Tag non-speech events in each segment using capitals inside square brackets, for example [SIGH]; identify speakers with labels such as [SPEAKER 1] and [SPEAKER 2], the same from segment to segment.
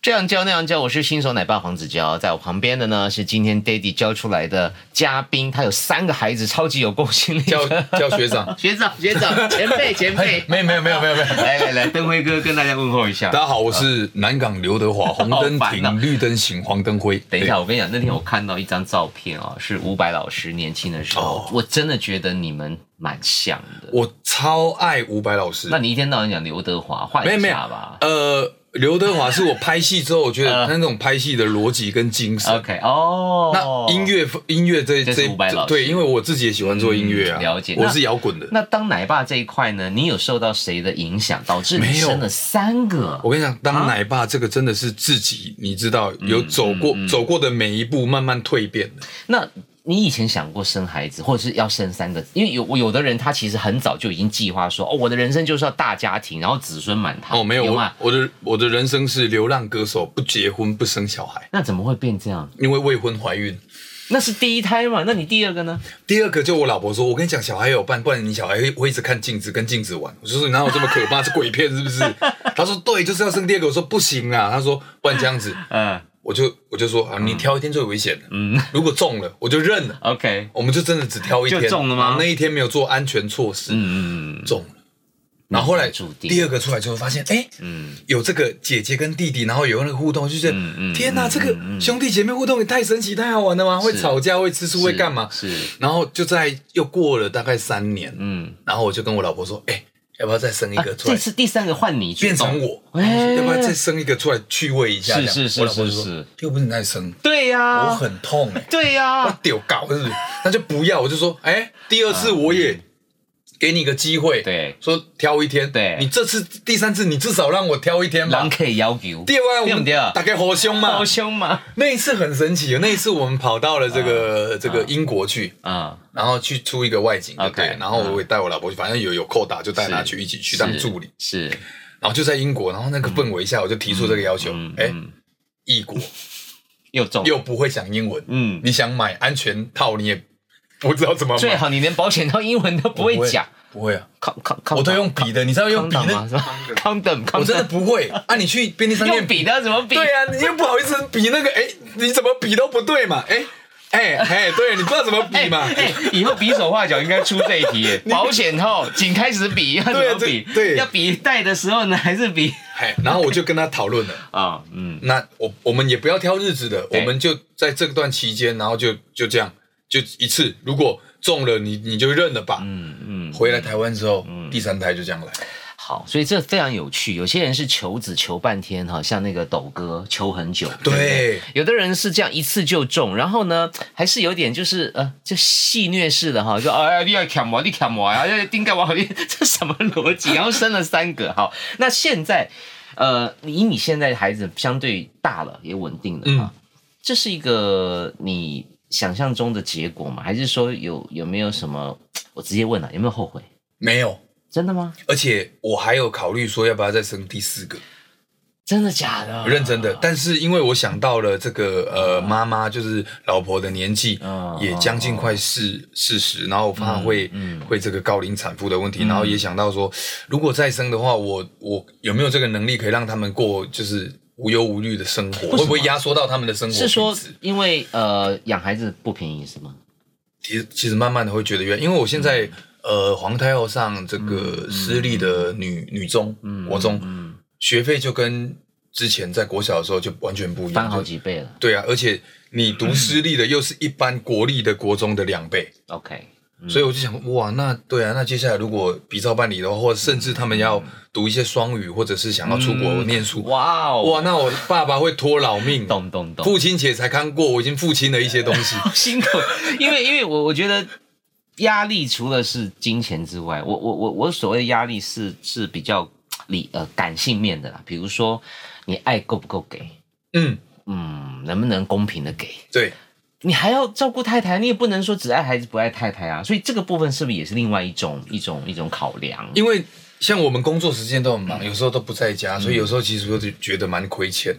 [SPEAKER 1] 这样教那样教，我是新手奶爸黄子佼，在我旁边的呢是今天 Daddy 教出来的嘉宾，他有三个孩子，超级有公信力。。
[SPEAKER 2] [LAUGHS] 叫叫学长
[SPEAKER 1] [LAUGHS] 学长，学
[SPEAKER 2] [LAUGHS]
[SPEAKER 1] 长，前辈，前辈，
[SPEAKER 2] 没有没有没有没有没有。
[SPEAKER 1] 来来来，灯辉哥跟大家问候一下
[SPEAKER 2] 大。家好，我是南港刘德华，红灯
[SPEAKER 1] 好烦哦
[SPEAKER 2] 停，绿灯行，黄灯灰。
[SPEAKER 1] 等一下，
[SPEAKER 2] 对，
[SPEAKER 1] 我跟你讲，那天我看到一张照片啊、是伍佰老师年轻的时候，
[SPEAKER 2] 哦
[SPEAKER 1] 我真的觉得你们蛮像的。
[SPEAKER 2] 我超爱伍佰老师
[SPEAKER 1] 那。你一天到晚讲刘德华，换
[SPEAKER 2] 没有
[SPEAKER 1] 一
[SPEAKER 2] 没有
[SPEAKER 1] 下吧。
[SPEAKER 2] 呃，刘德华是我拍戏之后，我觉
[SPEAKER 1] 呃 [LAUGHS]
[SPEAKER 2] 得他那种拍戏的逻辑跟精神。
[SPEAKER 1] OK，哦，
[SPEAKER 2] 那音。乐音乐这
[SPEAKER 1] 这是
[SPEAKER 2] 这
[SPEAKER 1] 伍佰老师
[SPEAKER 2] 对，因为我自己也喜欢做音乐啊，
[SPEAKER 1] 嗯了解
[SPEAKER 2] 我是摇滚的。
[SPEAKER 1] 那当奶爸这一块呢，你有受到谁的影响，导致你
[SPEAKER 2] 没有
[SPEAKER 1] 生了三个？
[SPEAKER 2] 我跟你讲，
[SPEAKER 1] 啊
[SPEAKER 2] 当奶爸这个真的是自己，你知道有
[SPEAKER 1] 嗯
[SPEAKER 2] 走过走过的每一步，慢慢蜕变的。
[SPEAKER 1] 那你以前想过生孩子，或者是要生三个？因为有有的人他其实很早就已经计划说，哦，我的人生就是要大家庭，然后子孙满堂。
[SPEAKER 2] 哦，没有，我
[SPEAKER 1] 嘛？
[SPEAKER 2] 我的我的人生是流浪歌手，不结婚不生小孩，
[SPEAKER 1] 那怎么会变这样？
[SPEAKER 2] 因为未婚怀孕。
[SPEAKER 1] 那是第一胎嘛？那你第二个呢？
[SPEAKER 2] 第二个就我老婆说，我跟你讲，小孩有伴，不然你小孩会会一直看镜子，跟镜子玩。我就说你哪有这么可怕，是鬼片是不 [LAUGHS] 是？她说对，就是要生第二个。我说不行啊，她说不然这样子，
[SPEAKER 1] 嗯
[SPEAKER 2] 我就我就说啊，你挑一天最危险的，嗯，如果中了我就认了，
[SPEAKER 1] ，OK，
[SPEAKER 2] 我们就真的只挑一天，
[SPEAKER 1] 就中了吗
[SPEAKER 2] 啊那一天没有做安全措施，
[SPEAKER 1] 嗯嗯
[SPEAKER 2] 中了。然后后来
[SPEAKER 1] 注定
[SPEAKER 2] 第二个出来之后，发现哎，
[SPEAKER 1] 嗯，
[SPEAKER 2] 有这个姐姐跟弟弟，然后有那个互动，就觉得、
[SPEAKER 1] 嗯嗯
[SPEAKER 2] 天哪，
[SPEAKER 1] 嗯
[SPEAKER 2] 这个兄弟姐妹互动也太神奇、太好玩了吗？会
[SPEAKER 1] 是
[SPEAKER 2] 吵架、会吃醋、会干嘛？
[SPEAKER 1] 是，是
[SPEAKER 2] 然后就在又过了大概三年，
[SPEAKER 1] 嗯，
[SPEAKER 2] 然后我就跟我老婆说，哎、要不要再生一
[SPEAKER 1] 啊
[SPEAKER 2] 个出来，
[SPEAKER 1] 这次第三个换你去
[SPEAKER 2] 变
[SPEAKER 1] 动
[SPEAKER 2] 成我？
[SPEAKER 1] 哎
[SPEAKER 2] 要不要再生一个出来趣味一下？
[SPEAKER 1] 是
[SPEAKER 2] 这样
[SPEAKER 1] 是是
[SPEAKER 2] 我老婆就是说
[SPEAKER 1] 是，啊
[SPEAKER 2] 又不是你在生，
[SPEAKER 1] 对呀、
[SPEAKER 2] 我很痛哎、
[SPEAKER 1] 对呀、
[SPEAKER 2] 我屌搞是不是？那就不要，我就说，哎、第二次我也给你个机会，
[SPEAKER 1] 啊嗯对
[SPEAKER 2] 说挑一天，
[SPEAKER 1] 对
[SPEAKER 2] 你这次第三次你至少让我挑一天吧
[SPEAKER 1] 狼。可以要求，
[SPEAKER 2] 第二
[SPEAKER 1] 对
[SPEAKER 2] 我
[SPEAKER 1] 不
[SPEAKER 2] 们
[SPEAKER 1] 对？
[SPEAKER 2] 打开火凶嘛
[SPEAKER 1] 好，凶嘛，
[SPEAKER 2] 那一次很神奇，那一次我们跑到了这个这个英国去，
[SPEAKER 1] 啊、
[SPEAKER 2] 然后去出一个外景，对
[SPEAKER 1] OK，
[SPEAKER 2] 不对然后我也带我老婆去，反正有有扣打就带她
[SPEAKER 1] 是
[SPEAKER 2] 去一起去
[SPEAKER 1] 是
[SPEAKER 2] 当助理，
[SPEAKER 1] 是，
[SPEAKER 2] 然后就在英国，然后那个氛围下，我就提出这个要求
[SPEAKER 1] 嗯，
[SPEAKER 2] 哎，
[SPEAKER 1] 嗯
[SPEAKER 2] 异国
[SPEAKER 1] 又中，
[SPEAKER 2] 又不会讲英文，
[SPEAKER 1] 嗯，
[SPEAKER 2] 你想买安全套你也不知道怎么
[SPEAKER 1] 最
[SPEAKER 2] 买，
[SPEAKER 1] 好你连保险套英文都不
[SPEAKER 2] 我
[SPEAKER 1] 会讲，，
[SPEAKER 2] 不会啊，
[SPEAKER 1] 康康康，
[SPEAKER 2] 我都用笔的，你知道用笔
[SPEAKER 1] 康
[SPEAKER 2] 的，
[SPEAKER 1] 是吧？康等康
[SPEAKER 2] 我真的不会啊，你去便利商
[SPEAKER 1] 用
[SPEAKER 2] 店
[SPEAKER 1] 笔的怎么比？
[SPEAKER 2] 对啊，你又不好意思比那个，哎，你怎么比都不对嘛，哎哎哎，对你不知道怎么比
[SPEAKER 1] [LAUGHS] 哎
[SPEAKER 2] 嘛，
[SPEAKER 1] 哎，以后比手画脚应该出这一题耶，保险套仅开始比要怎
[SPEAKER 2] 对啊
[SPEAKER 1] 么比？
[SPEAKER 2] 这对
[SPEAKER 1] 要比带的时候呢，还是比
[SPEAKER 2] 哎，然后我就跟他讨论了。
[SPEAKER 1] 啊？嗯，
[SPEAKER 2] 那我我们也不要挑日子的，
[SPEAKER 1] 对
[SPEAKER 2] 我们就在这段期间，然后就就这样，就一次。如果中了你，你就认了吧。
[SPEAKER 1] 嗯嗯，
[SPEAKER 2] 回来台湾之后，第三胎就这样来。
[SPEAKER 1] 好，所以这非常有趣。有些人是求子求半天哈，像那个斗哥求很久，不
[SPEAKER 2] 对，
[SPEAKER 1] 有的人是这样一次就中，然后呢，还是有点就是呃，就戏虐式的哈，说哎呀，你要砍我，你砍我呀，要盯干嘛？你 [LAUGHS] 这什么逻辑？然后生了三个，好，那现在呃，以你现在的孩子相对大了，也稳定了哈，这是一个你想象中的结果吗？还是说有有没有什么？我直接问了，啊有没有后悔？
[SPEAKER 2] 没有，
[SPEAKER 1] 真的吗？
[SPEAKER 2] 而且我还有考虑说要不要再生第四个，
[SPEAKER 1] 真的假的？
[SPEAKER 2] 认真的。但是因为我想到了这个呃妈妈就是老婆的年纪
[SPEAKER 1] 嗯
[SPEAKER 2] 也将近快四四十，然后我怕会会这个高龄产妇的问题，然后也想到
[SPEAKER 1] 嗯
[SPEAKER 2] 说，如果再生的话，我我有没有这个能力可以让他们过就是无忧无虑的生活？会不会压缩到他们的生活？
[SPEAKER 1] 是说，因为呃养孩子不便宜是吗？
[SPEAKER 2] 其实其实慢慢的会觉得越，因为我现在。呃，皇太后上这
[SPEAKER 1] 嗯
[SPEAKER 2] 个私立的女、女中、国中，学费就跟之前在国小的时候就完全不一样，
[SPEAKER 1] 翻
[SPEAKER 2] 就
[SPEAKER 1] 好几倍了。
[SPEAKER 2] 对啊，而且你读私立的又是一般国立的国中的两倍，
[SPEAKER 1] OK，
[SPEAKER 2] 所以我就想，哇，那对啊，那接下来如果比照办理的话，或者甚至他们要读一些双语，或者是想要出国念书，
[SPEAKER 1] 哇哦，
[SPEAKER 2] 哇，那我爸爸会拖老命。
[SPEAKER 1] 嗯懂懂懂，
[SPEAKER 2] 父亲节才刚过，我已经父亲了一些东西。 [LAUGHS]
[SPEAKER 1] 辛苦，因为因为我我觉得压力除了是金钱之外，我我我我所谓的压力是是比较理呃感性面的啦，比如说你爱够不够给，
[SPEAKER 2] 嗯，
[SPEAKER 1] 嗯，能不能公平的给，
[SPEAKER 2] 对，
[SPEAKER 1] 你还要照顾太太，你也不能说只爱孩子不爱太太啊，所以这个部分是不是也是另外一种一种一种考量？
[SPEAKER 2] 因为像我们工作时间都很忙，有时候都不在家，所以有时候其实我就觉
[SPEAKER 1] 嗯
[SPEAKER 2] 得蛮亏欠。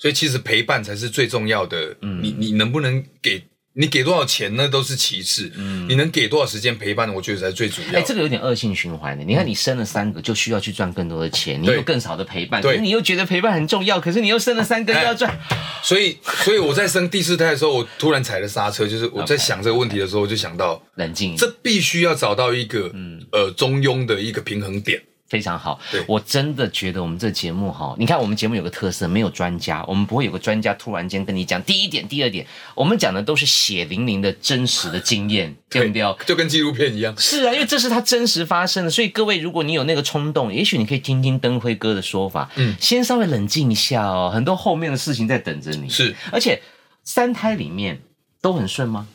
[SPEAKER 2] 所以其实陪伴才是最重要的。你你能不能给你给多少钱那都是其次，
[SPEAKER 1] 嗯
[SPEAKER 2] 你能给多少时间陪伴，我觉得才最主
[SPEAKER 1] 哎、
[SPEAKER 2] 要。
[SPEAKER 1] 这个有点恶性循环的。你看，你生了三个，就需要去赚更多的钱，你有
[SPEAKER 2] 对
[SPEAKER 1] 更少的陪伴，
[SPEAKER 2] 对
[SPEAKER 1] 可是你又觉得陪伴很重要，可是你又生了三个，又
[SPEAKER 2] 哎
[SPEAKER 1] 要赚，
[SPEAKER 2] 所以，所以我在生第四胎的时候，我突然踩了刹车，就是我在想这个问题的时候，我就想到，
[SPEAKER 1] 冷静，
[SPEAKER 2] 这必须要找到一个
[SPEAKER 1] 嗯
[SPEAKER 2] 呃中庸的一个平衡点。
[SPEAKER 1] 非常好
[SPEAKER 2] 对。
[SPEAKER 1] 我真的觉得我们这节目哈，你看我们节目有个特色，没有专家，我们不会有个专家突然间跟你讲第一点、第二点，我们讲的都是血淋淋的真实的经验，对不对？
[SPEAKER 2] 就跟纪录片一样。
[SPEAKER 1] 是啊，因为这是他真实发生的，所以各位，如果你有那个冲动，也许你可以听听灯辉哥的说法，嗯
[SPEAKER 2] 嗯，
[SPEAKER 1] 先稍微冷静一下哦，很多后面的事情在等着你。
[SPEAKER 2] 是，
[SPEAKER 1] 而且三胎里面都很顺吗？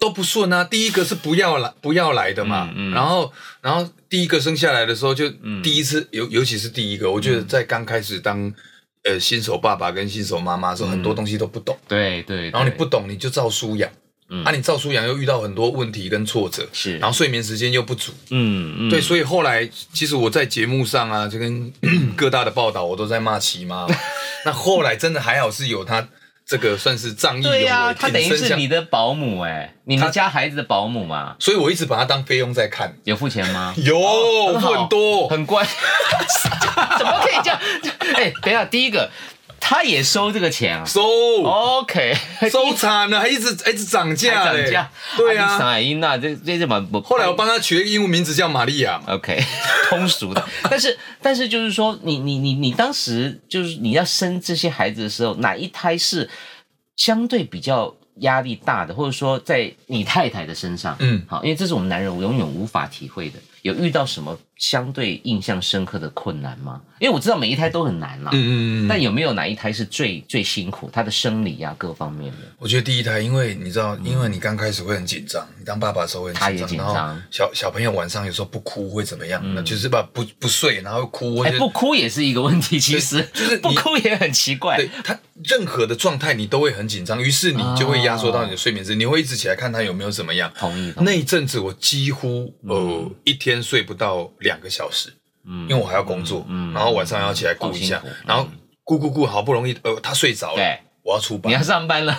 [SPEAKER 2] 都不顺啊。第一个是不要来不要来的嘛，
[SPEAKER 1] 嗯
[SPEAKER 2] 然后然后第一个生下来的时候就第一次，尤、尤其是第一个，我觉
[SPEAKER 1] 嗯
[SPEAKER 2] 得在刚开始当呃新手爸爸跟新手妈妈的时候，很多东西都不懂，
[SPEAKER 1] 对嗯对，嗯
[SPEAKER 2] 然后你不懂你就照书养。啊，你照书养又遇到很多问题跟挫折，
[SPEAKER 1] 是
[SPEAKER 2] 然后睡眠时间又不足，
[SPEAKER 1] 嗯嗯，
[SPEAKER 2] 对，所以后来其实我在节目上啊，
[SPEAKER 1] [CLEARS THROAT]
[SPEAKER 2] 就跟各大的报道，我都在骂齐
[SPEAKER 1] [LAUGHS]
[SPEAKER 2] 妈。那后来真的还好是有他这个算是仗义勇
[SPEAKER 1] 对
[SPEAKER 2] 为，
[SPEAKER 1] 呀、他等于
[SPEAKER 2] 挺身
[SPEAKER 1] 是
[SPEAKER 2] 相
[SPEAKER 1] 你的保姆哎、你们
[SPEAKER 2] 他
[SPEAKER 1] 家孩子的保姆嘛，
[SPEAKER 2] 所以我一直把他当菲佣在看。
[SPEAKER 1] 有付钱
[SPEAKER 2] [LAUGHS]
[SPEAKER 1] 吗？
[SPEAKER 2] 有，
[SPEAKER 1] 哦很好
[SPEAKER 2] 很多，
[SPEAKER 1] 很乖， [LAUGHS] 怎么可以这样？ [LAUGHS] 哎、等一下，第一个他也收这个钱啊
[SPEAKER 2] 收
[SPEAKER 1] ？OK， [LAUGHS]
[SPEAKER 2] 收惨了，还一直还一直涨价
[SPEAKER 1] 还
[SPEAKER 2] 嘞，
[SPEAKER 1] 涨价，
[SPEAKER 2] 对
[SPEAKER 1] 啊，你
[SPEAKER 2] 啊。
[SPEAKER 1] 傻英娜这这这蛮不。
[SPEAKER 2] 后来我帮他取了一个英文名字叫玛利亚嘛，
[SPEAKER 1] OK [LAUGHS] 通俗的，但是但是就是说，你你你你当时就是你要生这些孩子的时候，哪一胎是相对比较压力大的，或者说在你太太的身上，
[SPEAKER 2] 嗯
[SPEAKER 1] 好，因为这是我们男人永远无法体会的。有遇到什么相对印象深刻的困难吗？因为我知道每一胎都很难啦，
[SPEAKER 2] 嗯嗯嗯。
[SPEAKER 1] 但有没有哪一胎是最最辛苦，他的生理呀、各方面的？
[SPEAKER 2] 我觉得第一胎，因为你知道，因为你刚开始会很紧张，你当爸爸的时候
[SPEAKER 1] 嗯
[SPEAKER 2] 会
[SPEAKER 1] 他
[SPEAKER 2] 很
[SPEAKER 1] 也
[SPEAKER 2] 紧
[SPEAKER 1] 紧
[SPEAKER 2] 张，
[SPEAKER 1] 张嗯
[SPEAKER 2] 然后小小朋友晚上有时候不哭会怎么样？那就是吧，不不睡，然后哭，我
[SPEAKER 1] 哎、
[SPEAKER 2] 觉得
[SPEAKER 1] 不哭也是一个问题，其实
[SPEAKER 2] 就是你
[SPEAKER 1] 不哭也很奇怪。
[SPEAKER 2] 对他任何的状态你都会很紧张，于是你
[SPEAKER 1] 啊
[SPEAKER 2] 就会压缩到你的睡眠时间，你会一直起来看他有没有怎么样。
[SPEAKER 1] 同意同意
[SPEAKER 2] 那一阵子我几乎
[SPEAKER 1] 嗯
[SPEAKER 2] 呃一天睡不到两个小时，因为我还要工作，然后晚上要起来顾一下
[SPEAKER 1] 嗯好辛苦，嗯
[SPEAKER 2] 然后顾顾顾，好不容易呃他睡着了
[SPEAKER 1] 对，
[SPEAKER 2] 我要出
[SPEAKER 1] 你要
[SPEAKER 2] 班。
[SPEAKER 1] 上班了，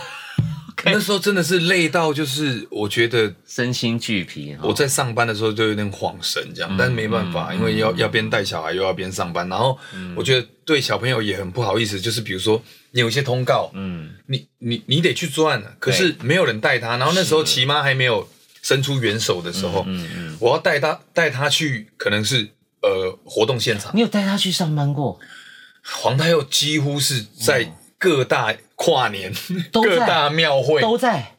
[SPEAKER 2] 那时候真的是累到，就是我觉得
[SPEAKER 1] 身心俱疲。哈
[SPEAKER 2] 我在上班的时候就有点晃神
[SPEAKER 1] 嗯
[SPEAKER 2] 这样，但是没办法，因为要要边带小孩又要边上班，然后
[SPEAKER 1] 嗯
[SPEAKER 2] 我觉得对小朋友也很不好意思，就是比如说你有一些通告，
[SPEAKER 1] 嗯，
[SPEAKER 2] 你你你得去赚啊，可是没有人带他。然后那时候齐妈还没有伸出援手的时候，
[SPEAKER 1] 嗯
[SPEAKER 2] 我要带他带他去，可能是呃活动现场。
[SPEAKER 1] 你有带他去上班过？
[SPEAKER 2] 黄太佑几乎是在各大跨年、
[SPEAKER 1] 哦都在
[SPEAKER 2] 各大庙会、
[SPEAKER 1] 都在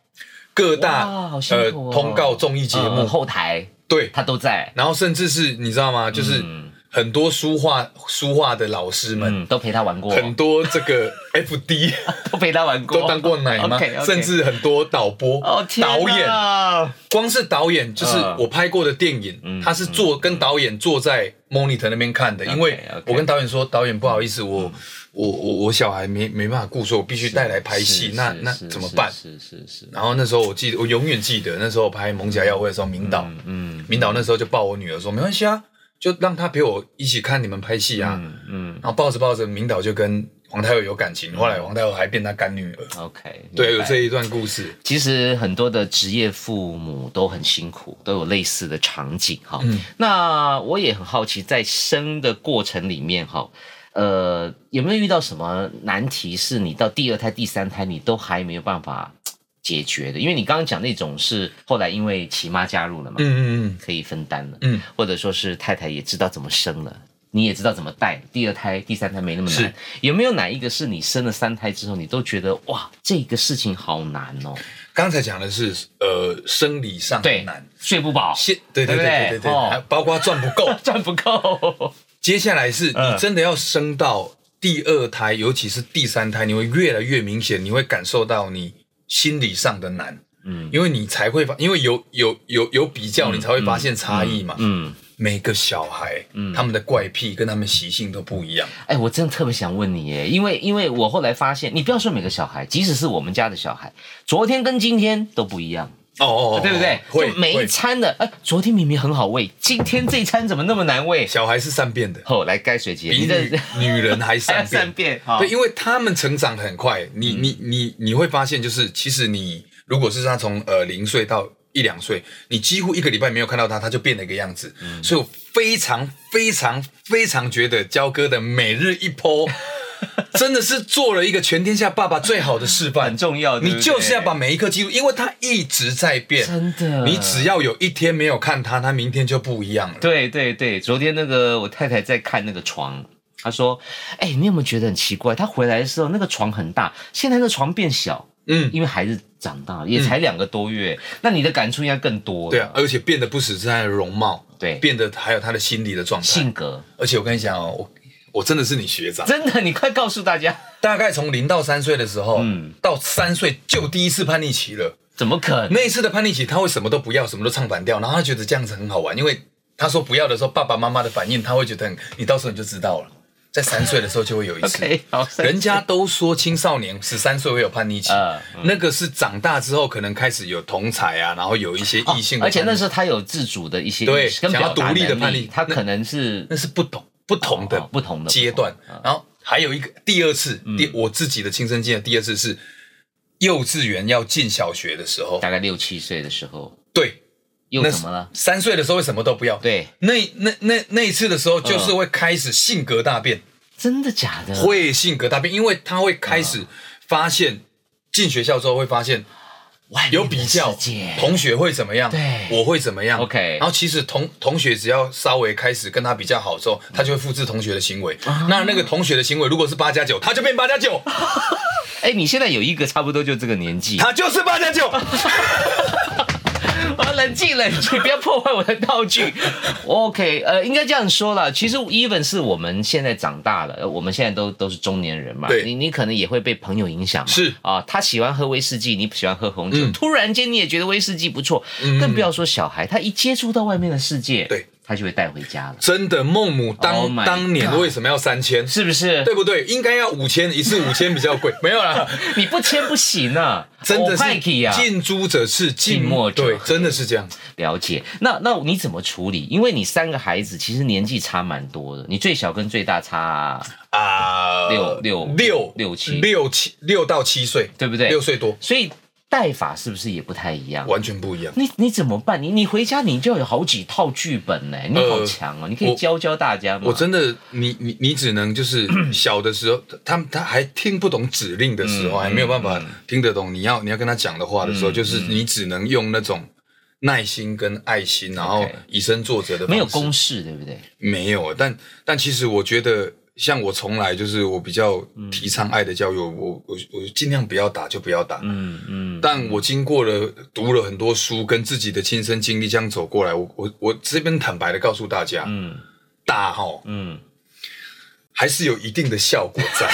[SPEAKER 2] 各大
[SPEAKER 1] 哇好辛
[SPEAKER 2] 呃
[SPEAKER 1] 苦哦
[SPEAKER 2] 通告综艺节
[SPEAKER 1] 呃
[SPEAKER 2] 目，
[SPEAKER 1] 后台，
[SPEAKER 2] 对，
[SPEAKER 1] 他都在，
[SPEAKER 2] 然后甚至是你知
[SPEAKER 1] 嗯
[SPEAKER 2] 道吗？就是很多书画书画的老师们，
[SPEAKER 1] 嗯，都陪他玩过，
[SPEAKER 2] 很多这个 [LAUGHS]
[SPEAKER 1] [LAUGHS]
[SPEAKER 2] FD
[SPEAKER 1] 都陪他玩过，
[SPEAKER 2] 都当过奶妈，
[SPEAKER 1] OK，OK
[SPEAKER 2] 甚至很多导播、
[SPEAKER 1] 哦天
[SPEAKER 2] 导演。
[SPEAKER 1] 哪
[SPEAKER 2] 光是导演，就是
[SPEAKER 1] 嗯
[SPEAKER 2] 我拍过的电影，他是坐跟导演坐在 monitor 那边看的，因为
[SPEAKER 1] OK，OK
[SPEAKER 2] 我跟导演说，导演不好意思，我
[SPEAKER 1] 嗯
[SPEAKER 2] 我我我小孩没没办法顾，所以我必须带来拍戏，
[SPEAKER 1] 是
[SPEAKER 2] 那
[SPEAKER 1] 是
[SPEAKER 2] 那
[SPEAKER 1] 是
[SPEAKER 2] 怎么
[SPEAKER 1] 是
[SPEAKER 2] 办？
[SPEAKER 1] 是是是，
[SPEAKER 2] 然后那时候我记得，我永远记得那时候拍《蒙甲耀会》的时候，明导，
[SPEAKER 1] 嗯
[SPEAKER 2] 明导那时候就抱我女儿说，没关系啊，就让她陪我一起看你们拍戏啊。
[SPEAKER 1] 嗯
[SPEAKER 2] 然后抱着抱着，明导就跟黄太佑有感情，后来黄太佑还变他干女儿。
[SPEAKER 1] ，OK，
[SPEAKER 2] 对，
[SPEAKER 1] 明
[SPEAKER 2] 有
[SPEAKER 1] 白
[SPEAKER 2] 这一段故事。
[SPEAKER 1] 其实很多的职业父母都很辛苦，都有类似的场景哈。
[SPEAKER 2] 嗯
[SPEAKER 1] 那我也很好奇，在生的过程里面哈，呃，有没有遇到什么难题是你到第二胎、第三胎你都还没有办法嘖解决的？因为你刚刚讲那种是后来因为齐妈加入了嘛，
[SPEAKER 2] 嗯嗯嗯。
[SPEAKER 1] 可以分担了，
[SPEAKER 2] 嗯，
[SPEAKER 1] 或者说是太太也知道怎么生了。你也知道怎么带第二胎、第三胎没那么难
[SPEAKER 2] 是，
[SPEAKER 1] 有没有哪一个是你生了三胎之后，你都觉得哇，这个事情好难哦？
[SPEAKER 2] 刚才讲的是呃生理上
[SPEAKER 1] 对
[SPEAKER 2] 难，，
[SPEAKER 1] 睡不饱，
[SPEAKER 2] 现对
[SPEAKER 1] 对
[SPEAKER 2] 对
[SPEAKER 1] 不
[SPEAKER 2] 对
[SPEAKER 1] 对
[SPEAKER 2] 对对对，
[SPEAKER 1] 哦。
[SPEAKER 2] 还包括赚不够
[SPEAKER 1] [LAUGHS] 赚不
[SPEAKER 2] [LAUGHS]
[SPEAKER 1] 够。
[SPEAKER 2] 接下来是
[SPEAKER 1] 嗯
[SPEAKER 2] 你真的要生到第二胎，尤其是第三胎，你会越来越明显，你会感受到你心理上的难。
[SPEAKER 1] 嗯
[SPEAKER 2] 嗯，因为你才会发，因为有有有有比较，你才会发现差异嘛。
[SPEAKER 1] 嗯，
[SPEAKER 2] 每个小孩，他们的怪癖跟他们习性都不一样。
[SPEAKER 1] 哎，我真的特别想问你耶，因为因为我后来发现，你不要说每个小孩，即使是我们家的小孩，昨天跟今天都不一样，
[SPEAKER 2] 哦哦，哦
[SPEAKER 1] 对不对？
[SPEAKER 2] 会
[SPEAKER 1] 就每一
[SPEAKER 2] 会，
[SPEAKER 1] 餐的，哎，昨天明明很好喂，今天这一餐怎么那么难喂？
[SPEAKER 2] 小孩是善变的，
[SPEAKER 1] 后来该水节，
[SPEAKER 2] 比
[SPEAKER 1] 你
[SPEAKER 2] 女
[SPEAKER 1] [LAUGHS] 这
[SPEAKER 2] [LAUGHS] 女人还
[SPEAKER 1] 还要
[SPEAKER 2] 善变嗯
[SPEAKER 1] 善。变，好
[SPEAKER 2] 对，因为他们成长得很快，你你你你会发现，就是其实你如果是他从呃零岁到一两岁，你几乎一个礼拜没有看到他，他就变了一个样子。所以我非常非常非常觉得焦哥的每日一 [LAUGHS] 剖，真的是做了一个全天下爸爸最好的示范，
[SPEAKER 1] 很重要对嗯不
[SPEAKER 2] 你就是要
[SPEAKER 1] 对
[SPEAKER 2] 把每一刻记录，因为他一直在变，
[SPEAKER 1] 真的
[SPEAKER 2] 你只要有一天没有看他，他明天就不一样了。
[SPEAKER 1] 对对对，昨天那个我太太在看那个床，她说：“哎、你有没有觉得很奇怪？她回来的时候那个床很大，现在那个床变小，
[SPEAKER 2] 嗯，
[SPEAKER 1] 因为孩子长大了，也才两个多月。那你的感触应该更多。
[SPEAKER 2] 对啊，，而且变得不只是他的容貌，
[SPEAKER 1] 对
[SPEAKER 2] 变得还有他的心理的状态。
[SPEAKER 1] 性格
[SPEAKER 2] 而且我跟你讲哦，我我真的是你学长，
[SPEAKER 1] 真的，你快告诉大家，
[SPEAKER 2] 大概从零到三岁的时候，
[SPEAKER 1] 嗯
[SPEAKER 2] 到三岁就第一次叛逆期了。
[SPEAKER 1] 怎么可能？
[SPEAKER 2] 那一次的叛逆期，他会什么都不要，什么都唱反调，然后他觉得这样子很好玩，因为他说不要的时候，爸爸妈妈的反应，他会觉得很，你到时候你就知道了。在三岁的时候就会有一次
[SPEAKER 1] OK，好三岁
[SPEAKER 2] 人家都说青少年十三岁会有叛逆期
[SPEAKER 1] 嗯，
[SPEAKER 2] 那个是长大之后可能开始有同才啊，然后有一些异性
[SPEAKER 1] 哦
[SPEAKER 2] 的叛逆，
[SPEAKER 1] 而且那时候他有自主的一些
[SPEAKER 2] 对
[SPEAKER 1] 跟
[SPEAKER 2] 想要
[SPEAKER 1] 表达
[SPEAKER 2] 独立的
[SPEAKER 1] 能
[SPEAKER 2] 叛逆
[SPEAKER 1] 他
[SPEAKER 2] 那
[SPEAKER 1] 可能是
[SPEAKER 2] 那是不同不同的
[SPEAKER 1] 哦不同的嗯
[SPEAKER 2] 阶段。然后还有一个第二次，第我自己的亲身经历，第二次是幼稚园要进小学的时候，
[SPEAKER 1] 大概六七岁的时候
[SPEAKER 2] 对，
[SPEAKER 1] 又
[SPEAKER 2] 那
[SPEAKER 1] 怎么了？
[SPEAKER 2] 三岁的时候会什么都不要，。
[SPEAKER 1] 对，
[SPEAKER 2] 那那那那一次的时候，就是会开始性格大变，
[SPEAKER 1] 真的假的？
[SPEAKER 2] 会性格大变，因为他会开
[SPEAKER 1] 嗯
[SPEAKER 2] 始发现，进学校之后会发现
[SPEAKER 1] 外面
[SPEAKER 2] 有
[SPEAKER 1] 的
[SPEAKER 2] 比较
[SPEAKER 1] 世界，
[SPEAKER 2] 同学会怎么样，
[SPEAKER 1] 对
[SPEAKER 2] 我会怎么样
[SPEAKER 1] OK
[SPEAKER 2] 然后其实同同学只要稍微开始跟他比较好之后，
[SPEAKER 1] 嗯
[SPEAKER 2] 他就会复制同学的行为。
[SPEAKER 1] 啊
[SPEAKER 2] 那那个同学的行为如果是八加九，他就变八
[SPEAKER 1] [LAUGHS]
[SPEAKER 2] 加九，
[SPEAKER 1] 哎、你现在有一个差不多就这个年纪，
[SPEAKER 2] 他就是八加九。
[SPEAKER 1] 我要啊冷静冷静，不要破坏我的道 [LAUGHS] 具。OK，呃，应该这样说啦。其实 even 是我们现在长大了，呃我们现在都都是中年人嘛，
[SPEAKER 2] 对
[SPEAKER 1] 你你可能也会被朋友影响嘛，
[SPEAKER 2] 是
[SPEAKER 1] 啊，他喜欢喝威士忌，你喜欢喝红酒，突然间你也觉得威士忌不错，更不要说小孩，他一接触到外面的世界，
[SPEAKER 2] 对，
[SPEAKER 1] 他就会带回家了，
[SPEAKER 2] 真的，孟母当、
[SPEAKER 1] Oh my
[SPEAKER 2] 当年
[SPEAKER 1] God
[SPEAKER 2] 为什么要三千？
[SPEAKER 1] 是不是？
[SPEAKER 2] 对不对？应该要五千，一次五千比较
[SPEAKER 1] [LAUGHS]
[SPEAKER 2] 贵，没有啦。
[SPEAKER 1] 你不签不行啊，
[SPEAKER 2] 真的
[SPEAKER 1] 我派
[SPEAKER 2] 是
[SPEAKER 1] 去啊，
[SPEAKER 2] 近朱者赤，
[SPEAKER 1] 近墨者
[SPEAKER 2] 对，
[SPEAKER 1] 黑
[SPEAKER 2] 真的是这样。
[SPEAKER 1] 了解，那那你怎么处理？因为你三个孩子其实年纪差蛮多的，你最小跟最大差，
[SPEAKER 2] 啊，
[SPEAKER 1] 六六
[SPEAKER 2] 六
[SPEAKER 1] 六七
[SPEAKER 2] 六七六到七岁，
[SPEAKER 1] 对不对
[SPEAKER 2] 六岁多，
[SPEAKER 1] 所以带法是不是也不太一样？
[SPEAKER 2] 完全不一样。
[SPEAKER 1] 你你怎么办？你你回家你就有好几套剧本呢、你好强哦、你可以
[SPEAKER 2] 呃我
[SPEAKER 1] 教教大家吗？
[SPEAKER 2] 我真的，你你你只能就是
[SPEAKER 1] [COUGHS]
[SPEAKER 2] 小的时候，他他还听不懂指令的
[SPEAKER 1] 嗯
[SPEAKER 2] 时候，还没有办法听得懂你要你要跟他讲的话的时候，就是
[SPEAKER 1] 嗯
[SPEAKER 2] 你只能用那种耐心跟爱心，然后
[SPEAKER 1] OK
[SPEAKER 2] 以身作则的方式。
[SPEAKER 1] 没有公式，对不对？
[SPEAKER 2] 没有，但但其实我觉得，像我从来就是我比较
[SPEAKER 1] 嗯
[SPEAKER 2] 提倡爱的教育，我我我尽量不要打就不要打。
[SPEAKER 1] 嗯嗯，
[SPEAKER 2] 但我经过了读了很多书，跟自己的亲身经历这样走过来，我我我这边坦白的告诉大家，
[SPEAKER 1] 嗯
[SPEAKER 2] 打哈
[SPEAKER 1] 嗯，
[SPEAKER 2] 还是有一定的效果
[SPEAKER 1] [LAUGHS]
[SPEAKER 2] 在，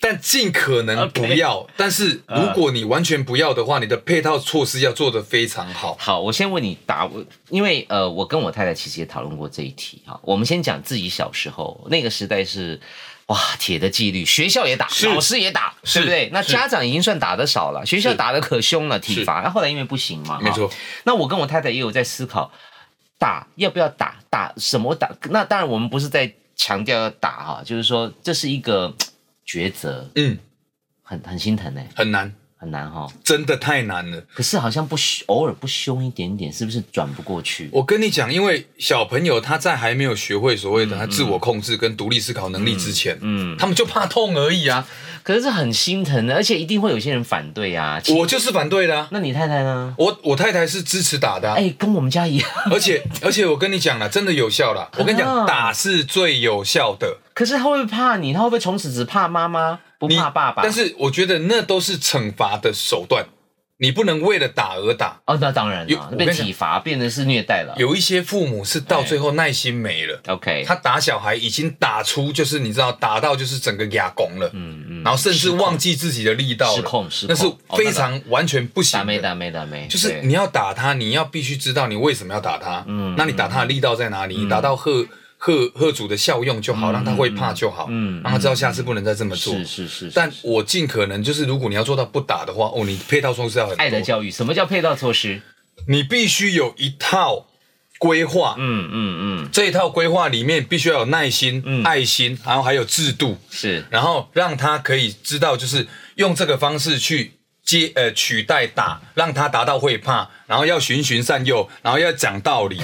[SPEAKER 2] 但尽可能不要。但是如果你完全不要的话，你的配套措施要做得非常好。
[SPEAKER 1] 好，我先问你答，我因为呃，我跟我太太其实也讨论过这一题哈。我们先讲自己小时候那个时代是，哇，铁的纪律，学校也打，
[SPEAKER 2] 是
[SPEAKER 1] 老师也打，
[SPEAKER 2] 是
[SPEAKER 1] 对不对？那
[SPEAKER 2] 是
[SPEAKER 1] 家长已经算打的少了，学校
[SPEAKER 2] 是
[SPEAKER 1] 打的可凶了，体
[SPEAKER 2] 是
[SPEAKER 1] 罚。那啊后来因为不行嘛，哈
[SPEAKER 2] 没错。
[SPEAKER 1] 那我跟我太太也有在思考，打要不要打，打什么打？那当然我们不是在强调要打哈，就是说这是一个嘖抉择，
[SPEAKER 2] 嗯，
[SPEAKER 1] 很很心疼呢、
[SPEAKER 2] 很难，
[SPEAKER 1] 很难哈。
[SPEAKER 2] 真的太难了。
[SPEAKER 1] 可是好像不凶偶尔不凶一点点，是不是转不过去？
[SPEAKER 2] 我跟你讲，因为小朋友他在还没有学会所谓的他自我控制跟独立思考能力之前，
[SPEAKER 1] 嗯，
[SPEAKER 2] 他们就怕痛而已啊。
[SPEAKER 1] 可是这很心疼的，而且一定会有些人反对啊。其
[SPEAKER 2] 我就是反对的、啊，
[SPEAKER 1] 那你太太呢？
[SPEAKER 2] 我我太太是支持打的啊、
[SPEAKER 1] 哎、跟我们家一样。
[SPEAKER 2] 而且而且我跟你讲了，真的有效啦。我跟你
[SPEAKER 1] 啊
[SPEAKER 2] 讲，打是最有效的。
[SPEAKER 1] [LAUGHS] 可是她会不会怕你？她会不会从此只怕妈妈，不
[SPEAKER 2] 你
[SPEAKER 1] 怕爸爸？
[SPEAKER 2] 但是我觉得那都是惩罚的手段，你不能为了打而打。
[SPEAKER 1] 哦，那当然
[SPEAKER 2] 有
[SPEAKER 1] 了，
[SPEAKER 2] 我跟
[SPEAKER 1] 被
[SPEAKER 2] 你讲
[SPEAKER 1] 体罚变成是虐待了。
[SPEAKER 2] 有一些父母是到最后耐心没了，
[SPEAKER 1] OK，
[SPEAKER 2] 他打小孩已经打出就是你知道打到就是整个哑拱了，
[SPEAKER 1] 嗯嗯
[SPEAKER 2] 然后甚至忘记自己的力道了
[SPEAKER 1] 失控失控哦
[SPEAKER 2] 那是非常完全不行
[SPEAKER 1] 打没
[SPEAKER 2] 的。
[SPEAKER 1] 打没打没，
[SPEAKER 2] 就是
[SPEAKER 1] 对
[SPEAKER 2] 你要打他，你要必须知道你为什么要打他。嗯，那你打他的力道在哪里？你达到吓吓吓阻的效用就好，让他会怕就好，
[SPEAKER 1] 嗯嗯
[SPEAKER 2] 嗯，让他知道下次不能再这么做。
[SPEAKER 1] 是是是，
[SPEAKER 2] 但
[SPEAKER 1] 是
[SPEAKER 2] 我尽可能就是，如果你要做到不打的话，哦，你配套措施要很多
[SPEAKER 1] 爱的教育，什么叫配套措施？
[SPEAKER 2] 你必须有一套规划，
[SPEAKER 1] 嗯嗯嗯，
[SPEAKER 2] 这一套规划里面必须要有耐心、
[SPEAKER 1] 嗯
[SPEAKER 2] 爱心，然后还有制度，
[SPEAKER 1] 是 [LAUGHS]
[SPEAKER 2] 然后让他可以知道，就是用这个方式去接呃取代打，让他达到会怕，然后要循循善诱，然后要讲
[SPEAKER 1] [LAUGHS]
[SPEAKER 2] 道理。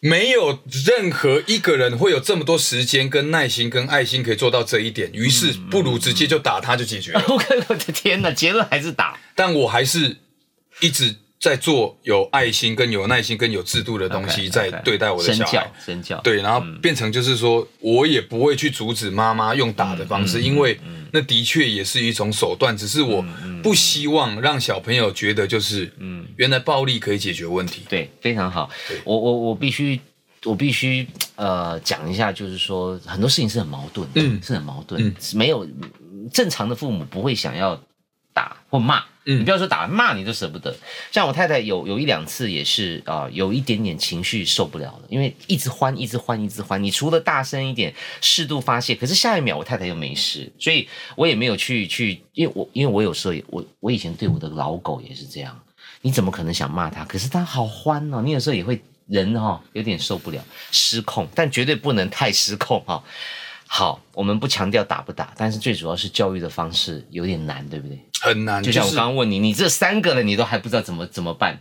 [SPEAKER 2] 没有任何一个人会有这么多时间、跟耐心、跟爱心可以做到这一点，于是
[SPEAKER 1] 嗯
[SPEAKER 2] 不如直接就打他就解决了。
[SPEAKER 1] 我我的天哪，结论还是打。
[SPEAKER 2] 但我还是一直在做有爱心、跟有耐心、跟有制度的东西，在对待我的
[SPEAKER 1] 身
[SPEAKER 2] 小孩
[SPEAKER 1] 教。，身教。
[SPEAKER 2] 对，然后
[SPEAKER 1] 嗯
[SPEAKER 2] 变成就是说，我也不会去阻止妈妈用打的
[SPEAKER 1] 嗯
[SPEAKER 2] 方式，因为那的确也是一种手段，只是我
[SPEAKER 1] 嗯
[SPEAKER 2] 不希望让小朋友觉得就是，嗯，原来暴力可以解决问题。
[SPEAKER 1] 对，非常好。我我我必须我必须呃讲一下，就是说很多事情是很矛盾的，
[SPEAKER 2] 嗯
[SPEAKER 1] 是很矛盾，
[SPEAKER 2] 嗯
[SPEAKER 1] 是没有正常的父母不会想要打或骂。
[SPEAKER 2] 嗯
[SPEAKER 1] 你不要说打骂你都舍不得，像我太太有有一两次也是啊、有一点点情绪受不了了，因为一直欢一直欢一直欢，你除了大声一点适度发泄，可是下一秒我太太又没事，所以我也没有去去，因为我因为我有时候也我我以前对我的老狗也是这样，你怎么可能想骂他？可是他好欢哦，你有时候也会人哦有点受不了，失控，但绝对不能太失控哈、哦。好，我们不强调打不打，但是最主要是教育的方式有点难，对不对？
[SPEAKER 2] 很难，
[SPEAKER 1] 就像我
[SPEAKER 2] 是
[SPEAKER 1] 刚刚问你，你这三个了，你都还不知道怎么怎么办，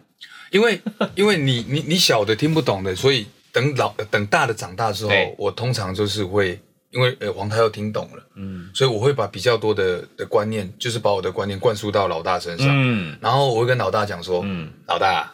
[SPEAKER 2] 因为 [LAUGHS] 因为你你你小的听不懂的，所以等老等大的长大之后
[SPEAKER 1] 对，
[SPEAKER 2] 我通常就是会，因为呃黄太又听懂了，嗯，所以我会把比较多的的观念，就是把我的观念灌输到老大身上，
[SPEAKER 1] 嗯
[SPEAKER 2] 然后我会跟老大讲说，
[SPEAKER 1] 嗯
[SPEAKER 2] 老大，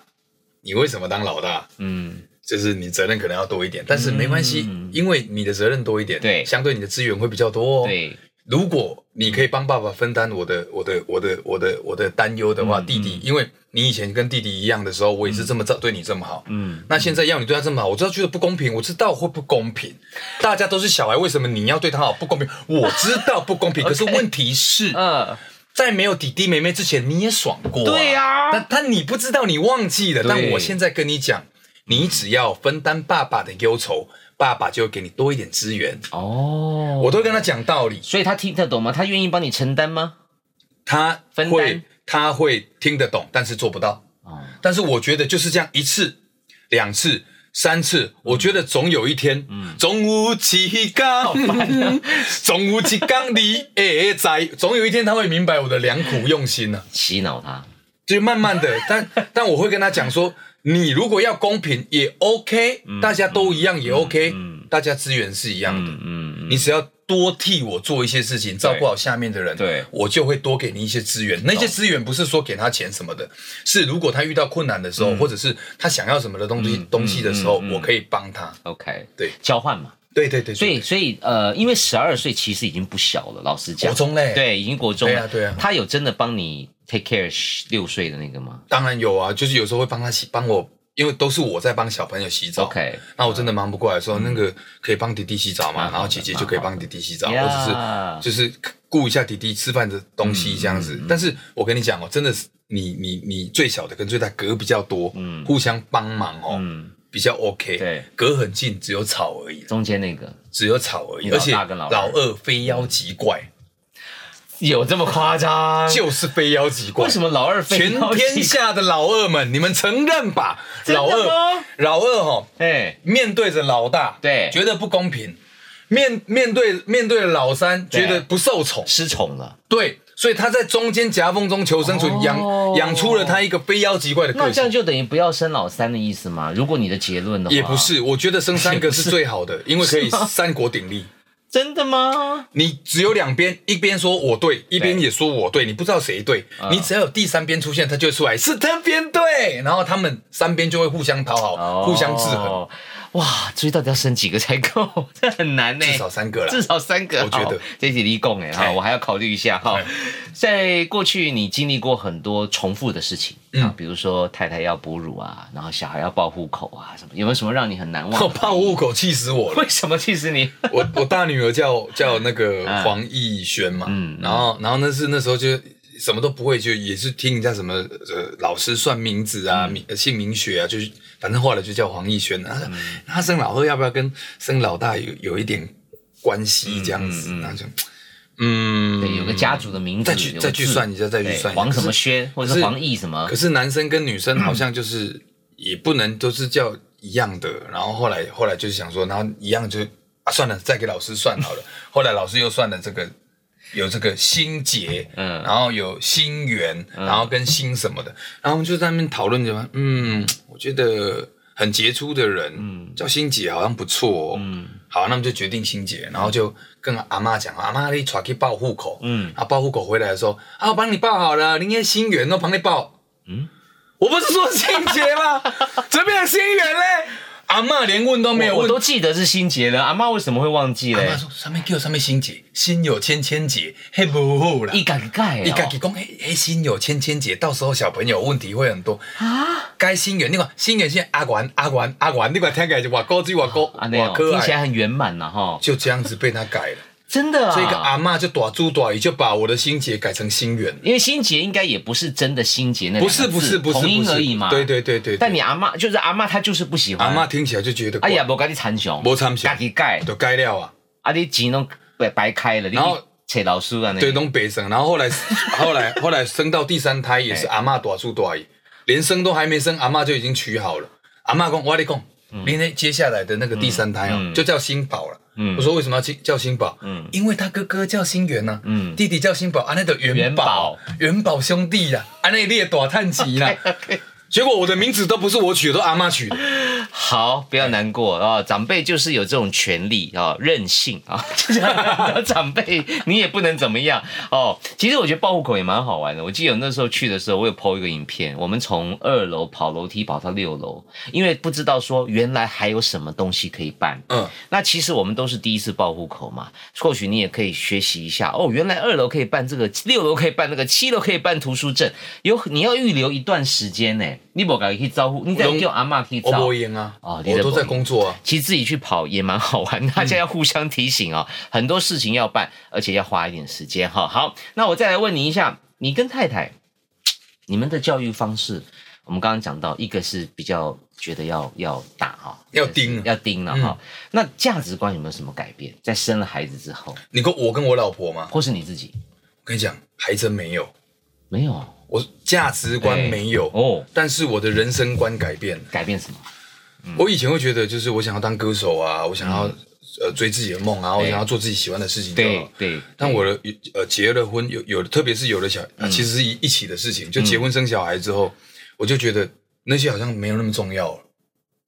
[SPEAKER 2] 你为什么当老大？
[SPEAKER 1] 嗯，
[SPEAKER 2] 就是你责任可能要多一点，但是没关系，因为你的责任多一点，
[SPEAKER 1] 对
[SPEAKER 2] 相对你的资源会比较多、哦。，
[SPEAKER 1] 对，
[SPEAKER 2] 如果你可以帮爸爸分担我的、我的、我的、我的、我的担忧的
[SPEAKER 1] 嗯
[SPEAKER 2] 话，弟弟，因为你以前跟弟弟一样的时候，我也是这么照、对你这么好，
[SPEAKER 1] 嗯，
[SPEAKER 2] 那现在要你对他这么好，我知道觉得不公平，我知道会不公平。
[SPEAKER 1] [LAUGHS]
[SPEAKER 2] 大家都是小孩，为什么你要对他好？不公平，我知道
[SPEAKER 1] [LAUGHS]
[SPEAKER 2] 不公平。可是问题是，
[SPEAKER 1] 呃，
[SPEAKER 2] 在没有弟弟妹妹之前，你也爽过、
[SPEAKER 1] 对呀
[SPEAKER 2] 但但你不知道，你忘记了。
[SPEAKER 1] 对
[SPEAKER 2] 但我现在跟你讲，你只要分担爸爸的忧愁，爸爸就会给你多一点资源。
[SPEAKER 1] 哦，
[SPEAKER 2] 我都会跟他讲道理，
[SPEAKER 1] 所以他听得懂吗？他愿意帮你承担吗？
[SPEAKER 2] 他
[SPEAKER 1] 分
[SPEAKER 2] 会
[SPEAKER 1] 担
[SPEAKER 2] 他会听得懂，但是做不到。
[SPEAKER 1] 哦，
[SPEAKER 2] 但是我觉得就是这样一次、两次、三次，我觉得总有一天，
[SPEAKER 1] 嗯
[SPEAKER 2] 总
[SPEAKER 1] [LAUGHS]
[SPEAKER 2] 有几刚，总有几刚你会在，总有一天他会明白我的良苦用心呢、啊。
[SPEAKER 1] 洗脑他，
[SPEAKER 2] 就慢慢的，但但我会跟他讲说，你如果要公平也 OK，、大
[SPEAKER 1] 嗯
[SPEAKER 2] 家都一样也 OK，、大家资源是一样的，
[SPEAKER 1] 嗯嗯，
[SPEAKER 2] 你只要多替我做一些事情，照顾好下面的人，
[SPEAKER 1] 对
[SPEAKER 2] 我就会多给你一些资源。那些资源不是说给他钱什么的，是如果他遇到困难的时
[SPEAKER 1] 嗯
[SPEAKER 2] 候，或者是他想要什么的东西、东西的时候，我可以帮他。
[SPEAKER 1] OK，
[SPEAKER 2] 对
[SPEAKER 1] 交换嘛。
[SPEAKER 2] 对对对，
[SPEAKER 1] 嗯所以，
[SPEAKER 2] 对
[SPEAKER 1] 所以，呃，因为十二岁其实已经不小了，老实讲，
[SPEAKER 2] 国中嘞，，
[SPEAKER 1] 对，已经国中
[SPEAKER 2] 对
[SPEAKER 1] 了。
[SPEAKER 2] 啊对啊
[SPEAKER 1] 他有真的帮你 take care 六岁的那个吗
[SPEAKER 2] 当然有啊，就是有时候会帮他洗，帮我。因为都是我在帮小朋友洗澡
[SPEAKER 1] ？OK，嗯
[SPEAKER 2] 那我真的忙不过来的时候，那个可以帮弟弟洗澡
[SPEAKER 1] 蛮
[SPEAKER 2] 嘛？
[SPEAKER 1] 好的
[SPEAKER 2] 然后姐姐就
[SPEAKER 1] 嗯
[SPEAKER 2] 可以帮弟弟洗澡，或
[SPEAKER 1] 蛮好的啊
[SPEAKER 2] 者是就是顾一下弟弟吃饭的东西
[SPEAKER 1] 嗯
[SPEAKER 2] 这样子。但是我跟你讲哦，真的是你你你最小的跟最大隔比较多，互相帮忙哦，
[SPEAKER 1] 嗯，
[SPEAKER 2] 比较 OK。
[SPEAKER 1] 对，
[SPEAKER 2] 隔很近，只有吵而已，
[SPEAKER 1] 中间那个
[SPEAKER 2] 只有吵而已。
[SPEAKER 1] 老
[SPEAKER 2] 而
[SPEAKER 1] 大
[SPEAKER 2] 且
[SPEAKER 1] 跟老二
[SPEAKER 2] 老二非妖即怪，
[SPEAKER 1] 有这么夸张？
[SPEAKER 2] 就是非妖即怪。
[SPEAKER 1] 为什么老二非
[SPEAKER 2] 全
[SPEAKER 1] 要
[SPEAKER 2] 天
[SPEAKER 1] 去？
[SPEAKER 2] 下的老二们，你们承认吧？
[SPEAKER 1] 真的
[SPEAKER 2] 老二
[SPEAKER 1] 吗，
[SPEAKER 2] 老二哈，
[SPEAKER 1] 哎，
[SPEAKER 2] 面对着老大，
[SPEAKER 1] 对
[SPEAKER 2] 觉得不公平；面面对面对着老三，
[SPEAKER 1] 对
[SPEAKER 2] 觉得不受宠，
[SPEAKER 1] 失宠了。
[SPEAKER 2] 对，所以他在中间夹缝中求生存，
[SPEAKER 1] 哦
[SPEAKER 2] 养养出了他一个非妖即怪的
[SPEAKER 1] 那
[SPEAKER 2] 个
[SPEAKER 1] 这样
[SPEAKER 2] 性。
[SPEAKER 1] 就等于不要生老三的意思吗？如果你的结论的话，
[SPEAKER 2] 也不，是，我觉得生三个是最好的，因为可以三国鼎立。
[SPEAKER 1] 真的吗？
[SPEAKER 2] 你只有两边，一边说我对，一边
[SPEAKER 1] 对
[SPEAKER 2] 也说我对，你不知道谁对。
[SPEAKER 1] 嗯
[SPEAKER 2] 你只要有第三边出现，他就会出来是他边对，然后他们三边就会互相讨好，互相制衡，
[SPEAKER 1] 哦。哇，所以到底要生几个才够？ [LAUGHS] 这很难欸呢、
[SPEAKER 2] 至少三个啦。
[SPEAKER 1] [LAUGHS] 至少三个。
[SPEAKER 2] 我觉得
[SPEAKER 1] 好这题立功哎哈，
[SPEAKER 2] 哎
[SPEAKER 1] 我还要考虑一下哈
[SPEAKER 2] 哎。
[SPEAKER 1] 在过去，你经历过很多重复的事情
[SPEAKER 2] 嗯
[SPEAKER 1] 啊，比如说太太要哺乳啊，然后小孩要报户口啊，什么有没有什么让你很难忘
[SPEAKER 2] [LAUGHS] [LAUGHS] 我
[SPEAKER 1] 的？
[SPEAKER 2] 怕我户口气死我了。
[SPEAKER 1] 为什么气死你？
[SPEAKER 2] 我我大女
[SPEAKER 1] [LAUGHS]
[SPEAKER 2] 儿叫叫那个黄奕轩嘛，
[SPEAKER 1] 嗯
[SPEAKER 2] 然后然后那是那时候就什么都不会，就也是听人家什么呃老师算名字啊、
[SPEAKER 1] 嗯
[SPEAKER 2] 名呃姓名学啊，就是反正后来就叫黄奕轩了。
[SPEAKER 1] 嗯
[SPEAKER 2] 他生老二要不要跟生老大有有一点关系这样子？然后就嗯，
[SPEAKER 1] 嗯对，有个家族的名字，
[SPEAKER 2] 再去
[SPEAKER 1] 有个
[SPEAKER 2] 再去
[SPEAKER 1] 字
[SPEAKER 2] 算一下，再去
[SPEAKER 1] 对
[SPEAKER 2] 算一下
[SPEAKER 1] 黄什么
[SPEAKER 2] 可是
[SPEAKER 1] 轩，或者
[SPEAKER 2] 可
[SPEAKER 1] 是
[SPEAKER 2] 是
[SPEAKER 1] 黄奕什么
[SPEAKER 2] 可？是男生跟女生好像就是也不能都是叫一样的，然后后来后来就是想说，然后一样就啊算了，再给老师算好了。后来老师又算了这个有这个心结，
[SPEAKER 1] 嗯
[SPEAKER 2] 嗯，然后有心缘，然后跟心什么的，然后我们就在那边讨论着嘛，嗯，我觉得很杰出的人，嗯，叫心杰好像不错、哦，嗯，好，那我们就决定心杰，然后就跟阿妈讲，阿妈你带去报户口，
[SPEAKER 1] 嗯
[SPEAKER 2] 嗯，啊，报户口回来的时候，啊，我帮你报好了，你那心缘都帮你报，嗯我不是说心结 [LAUGHS] 吗？怎么变成心缘嘞？阿嬷连问都没有
[SPEAKER 1] 我我
[SPEAKER 2] 问
[SPEAKER 1] 都。记得是心结了，阿妈为什么会忘记
[SPEAKER 2] 阿
[SPEAKER 1] 嘞
[SPEAKER 2] 嬷？说：“上面叫上面心结，心有千千结，嘿不好啦。
[SPEAKER 1] 一敢盖
[SPEAKER 2] 你家
[SPEAKER 1] 啊
[SPEAKER 2] 己！讲，嘿，嘿，心有千千结，到时候小朋友问题会很多啊。该心缘，你看心缘现在阿元阿元阿元，你看听起来就哇高级哇高
[SPEAKER 1] 啊，那
[SPEAKER 2] 哇
[SPEAKER 1] 样
[SPEAKER 2] 可
[SPEAKER 1] 听起来
[SPEAKER 2] 爱，
[SPEAKER 1] 很圆满呐哈，
[SPEAKER 2] 就这样子被他改了。
[SPEAKER 1] 真的啊。
[SPEAKER 2] 所以一个阿嬷就短猪短语，就把我的心结改成心缘。
[SPEAKER 1] 因为心结应该也不是真的心结那两
[SPEAKER 2] 不
[SPEAKER 1] 个字
[SPEAKER 2] 是不是不是
[SPEAKER 1] 同
[SPEAKER 2] 不
[SPEAKER 1] 音
[SPEAKER 2] 是
[SPEAKER 1] 而已嘛。
[SPEAKER 2] 对对对对。对
[SPEAKER 1] 但你阿妈就是阿妈，她就是不喜欢。
[SPEAKER 2] 阿嬷听起来就觉得，
[SPEAKER 1] 哎
[SPEAKER 2] 哎
[SPEAKER 1] 呀，
[SPEAKER 2] 呀，
[SPEAKER 1] 无甲你参详，
[SPEAKER 2] 无参详
[SPEAKER 1] 家己改，
[SPEAKER 2] 就改了啊。”
[SPEAKER 1] 啊你钱拢白白开了，你
[SPEAKER 2] 然后
[SPEAKER 1] 找老师啊，
[SPEAKER 2] 对，东北生，然后后来 [LAUGHS] 后来后来生到第三胎也
[SPEAKER 1] 哎
[SPEAKER 2] 是阿嬷大叔大姨，连生都还没生，阿嬷就已经娶好了。阿嬷讲，我跟你讲，你那接下来的那个第三胎哦
[SPEAKER 1] 嗯，
[SPEAKER 2] 就叫新宝了。
[SPEAKER 1] 嗯
[SPEAKER 2] 我说为什么要叫新宝？
[SPEAKER 1] 嗯
[SPEAKER 2] 因为他哥哥叫新元呐，
[SPEAKER 1] 嗯
[SPEAKER 2] 弟弟叫新宝，啊，那的元宝，元宝兄弟呀，啊，那列大叹
[SPEAKER 1] [LAUGHS]
[SPEAKER 2] 气啦。结果我的名字都不是我取的，都阿嬷取的。
[SPEAKER 1] 好，不要难过啊、长辈就是有这种权利啊、任性啊、就是 [LAUGHS] 长辈你也不能怎么样哦。其实我觉得报户口也蛮好玩的。我记得我那时候去的时候，我有 PO 一个影片，我们从二楼跑楼梯跑到六楼，因为不知道说原来还有什么东西可以办。
[SPEAKER 2] 嗯，
[SPEAKER 1] 那其实我们都是第一次报户口嘛，或许你也可以学习一下哦。原来二楼可以办这个，六楼可以办那个，七楼可以办图书证，有你要预留一段时间呢。你不敢去招呼，你再叫阿嬷去
[SPEAKER 2] 我
[SPEAKER 1] 招
[SPEAKER 2] 不。赢啊，
[SPEAKER 1] 哦你
[SPEAKER 2] 我
[SPEAKER 1] 在
[SPEAKER 2] 都在
[SPEAKER 1] 播音
[SPEAKER 2] 工作啊。
[SPEAKER 1] 其实自己去跑也蛮好玩，
[SPEAKER 2] 嗯
[SPEAKER 1] 大家要互相提醒哦，很多事情要办，而且要花一点时间哈、好，那我再来问你一下，你跟太太，你们的教育方式，我们刚刚讲到，一个是比较觉得要要打哈，
[SPEAKER 2] 要盯啊嗯
[SPEAKER 1] 要盯了哈、那价值观有没有什么改变？在生了孩子之后，
[SPEAKER 2] 你跟我跟我老婆吗？
[SPEAKER 1] 或是你自己
[SPEAKER 2] 我跟你讲，还真没有，
[SPEAKER 1] 没有
[SPEAKER 2] 我价值观
[SPEAKER 1] 哎
[SPEAKER 2] 没有。
[SPEAKER 1] 哦？
[SPEAKER 2] 但是我的人生观改变了。
[SPEAKER 1] 改变什么？嗯
[SPEAKER 2] 我以前会觉得，就是我想要当歌手啊，我想要、呃追自己的梦啊，我
[SPEAKER 1] 对
[SPEAKER 2] 想要做自己喜欢的事情就
[SPEAKER 1] 对
[SPEAKER 2] 好。
[SPEAKER 1] 对，
[SPEAKER 2] 但我的呃结了婚，有有特别是有了小，
[SPEAKER 1] 嗯
[SPEAKER 2] 呃其实是一一起的事情。就结婚生小孩之后，我就觉得那些好像没有那么重要了。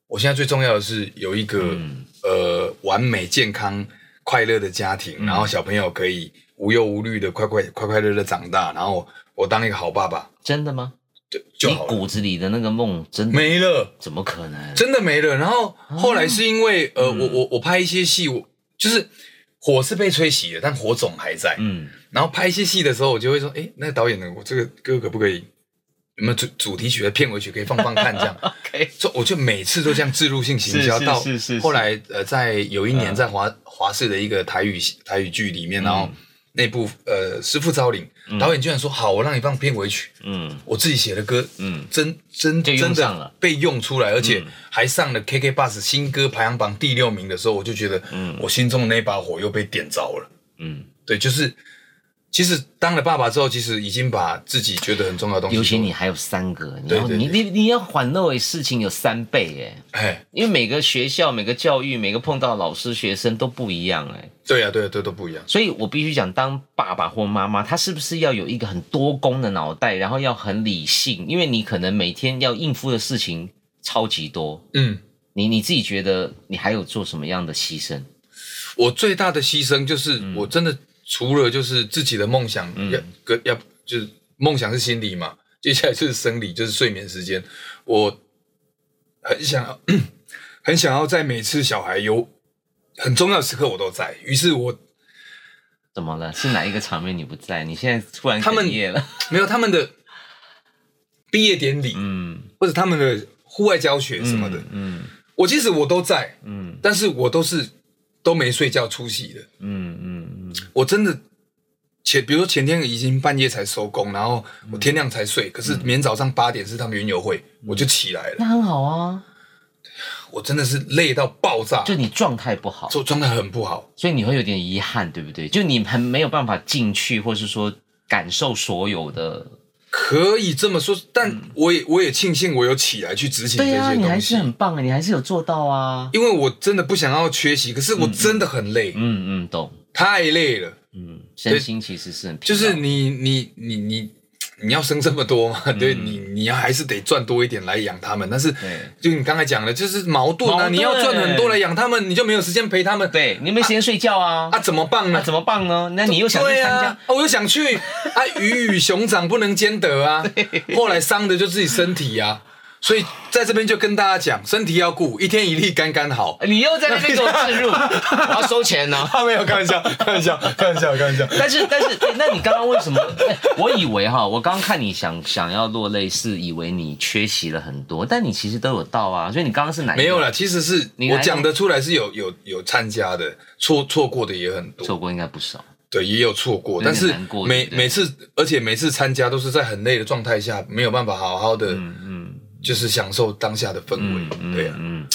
[SPEAKER 2] 我现在最重要的是有一个、
[SPEAKER 1] 嗯
[SPEAKER 2] 呃完美、健康、快乐的家庭，
[SPEAKER 1] 嗯
[SPEAKER 2] 然后小朋友可以无忧无虑的快快快快乐乐长大，然后我当一个好爸爸
[SPEAKER 1] 真的吗？
[SPEAKER 2] 就就
[SPEAKER 1] 你
[SPEAKER 2] 好了。
[SPEAKER 1] 骨子里的那个梦真的
[SPEAKER 2] 没了。
[SPEAKER 1] 怎么可能？
[SPEAKER 2] 真的没了。然后
[SPEAKER 1] 哦
[SPEAKER 2] 后来是因为、
[SPEAKER 1] 嗯
[SPEAKER 2] 呃，我我我拍一些戏，我就是火是被吹熄了，但火种还在。 [LAUGHS]
[SPEAKER 1] 嗯
[SPEAKER 2] 然后拍一些戏的时候，我就会说，哎、那个导演呢，我这个歌可不可以？有没有主主题曲的片尾曲可以放放
[SPEAKER 1] [LAUGHS]
[SPEAKER 2] 看？这样，
[SPEAKER 1] ，OK，
[SPEAKER 2] 就我就每次都这样置入性行销，
[SPEAKER 1] 是是
[SPEAKER 2] 到
[SPEAKER 1] 是嗯是是
[SPEAKER 2] 后来呃，在有一年在华华视的一个台语台语剧里面，
[SPEAKER 1] 嗯
[SPEAKER 2] 然后那部呃《师傅招领》，导演居然说好，我让你放片尾曲，
[SPEAKER 1] 嗯
[SPEAKER 2] 我自己写的歌，
[SPEAKER 1] 嗯
[SPEAKER 2] 嗯，真真
[SPEAKER 1] 就用
[SPEAKER 2] 真
[SPEAKER 1] 上了嗯
[SPEAKER 2] 的被用出来，而且还上了 KK Bus 新歌排行榜第六名的时候，我就觉得，嗯，我心中的那把火又被点着了。
[SPEAKER 1] 嗯，
[SPEAKER 2] 对，就是其实当了爸爸之后，其实已经把自己觉得很重要的东西，
[SPEAKER 1] 尤其你，还有三个，你
[SPEAKER 2] 对
[SPEAKER 1] 要
[SPEAKER 2] 对
[SPEAKER 1] 你你你要缓漏的事情有三倍哎，
[SPEAKER 2] 哎，
[SPEAKER 1] 因为每个学校、每个教育、每个碰到的老师、学生都不一样哎，
[SPEAKER 2] 对呀、啊对呀、对、都不一样。
[SPEAKER 1] 所以我必须讲，当爸爸或妈妈，他是不是要有一个很多功的脑袋，然后要很理性，因为你可能每天要应付的事情超级多，
[SPEAKER 2] 嗯，
[SPEAKER 1] 你你自己觉得你还有做什么样的牺牲？
[SPEAKER 2] 我最大的牺牲就是，
[SPEAKER 1] 嗯
[SPEAKER 2] 我真的除了就是自己的梦想，要跟要就是梦想是心理嘛， [LAUGHS] 接下来就是生理，就是睡眠时间。我很想要， [CLEARS THROAT] 很想要在每次小孩有很重要的时刻我都在。于是我
[SPEAKER 1] 怎么了？是哪一个场面你不在？你现在突然
[SPEAKER 2] 他们
[SPEAKER 1] 哽咽了？
[SPEAKER 2] 没有他们的毕业典礼，
[SPEAKER 1] 嗯
[SPEAKER 2] 或者他们的户外教学 [LAUGHS] 什么的，
[SPEAKER 1] 嗯
[SPEAKER 2] 我其实我都在，
[SPEAKER 1] 嗯
[SPEAKER 2] 但是我都是都没睡觉出席的。
[SPEAKER 1] 嗯嗯嗯，
[SPEAKER 2] 我真的前，比如说前天已经半夜才收工，然后
[SPEAKER 1] 嗯
[SPEAKER 2] 我天亮才睡，可是明天早上八点是他们园游会，我就起来了，
[SPEAKER 1] 那很好啊，
[SPEAKER 2] 我真的是累到爆炸，
[SPEAKER 1] 就你状态不好。
[SPEAKER 2] 就状态很不好。
[SPEAKER 1] 所以你会有点遗憾，对不对？就你很没有办法进去，或是说感受所有的。
[SPEAKER 2] 可以这么说，但我也我也庆幸我有起来去执行
[SPEAKER 1] 嗯
[SPEAKER 2] 这
[SPEAKER 1] 对啊，
[SPEAKER 2] 些
[SPEAKER 1] 你还
[SPEAKER 2] 东
[SPEAKER 1] 是
[SPEAKER 2] 西，
[SPEAKER 1] 很棒啊，你还是有做到啊。嗯
[SPEAKER 2] 因为我真的不想要缺席，可是我真的很累，
[SPEAKER 1] 嗯嗯，懂。
[SPEAKER 2] 太累了。
[SPEAKER 1] 嗯，身心其实是很疲劳
[SPEAKER 2] 就是你你你你你要生这么多嘛？对你你要还是得赚多一点来养他们，但是
[SPEAKER 1] 对
[SPEAKER 2] 就你刚才讲的，就是矛盾啊！
[SPEAKER 1] 矛盾
[SPEAKER 2] 你要赚很多来养他们，你就没有时间陪他们，
[SPEAKER 1] 对你没时间睡觉啊，
[SPEAKER 2] 啊，怎么办
[SPEAKER 1] 那、
[SPEAKER 2] 呢？
[SPEAKER 1] 怎么办呢？那你又想去
[SPEAKER 2] 对
[SPEAKER 1] 参加？
[SPEAKER 2] 啊，啊我又想去啊，鱼与熊掌不能兼得啊。后来伤的就自己身体啊，所以在这边就跟大家讲，身体要顾，一天一粒刚刚 [LAUGHS] 好。
[SPEAKER 1] 你又在那边给我置
[SPEAKER 2] [LAUGHS]
[SPEAKER 1] 入，我要收钱呢、
[SPEAKER 2] 啊，没有开玩笑，开玩笑，开玩笑，开玩笑。
[SPEAKER 1] 但是但是，对那你刚刚为什么？ [LAUGHS] 哎我以为哈，我刚看你想想要落泪，是以为你缺席了很多，但你其实都有到啊。所以你刚刚是哪一个
[SPEAKER 2] 没有啦，其实是
[SPEAKER 1] 你
[SPEAKER 2] 我
[SPEAKER 1] 来
[SPEAKER 2] 讲得出来是有有有参加的，错错过的也很多。
[SPEAKER 1] 做过，应该不少。
[SPEAKER 2] 对，也有错过，
[SPEAKER 1] 有点
[SPEAKER 2] 但是
[SPEAKER 1] 难过
[SPEAKER 2] 每
[SPEAKER 1] 对不对
[SPEAKER 2] 每次，而且每次参加都是在很累的状态下，没有办法好好的，就是享受当下的氛围，对啊，
[SPEAKER 1] 嗯，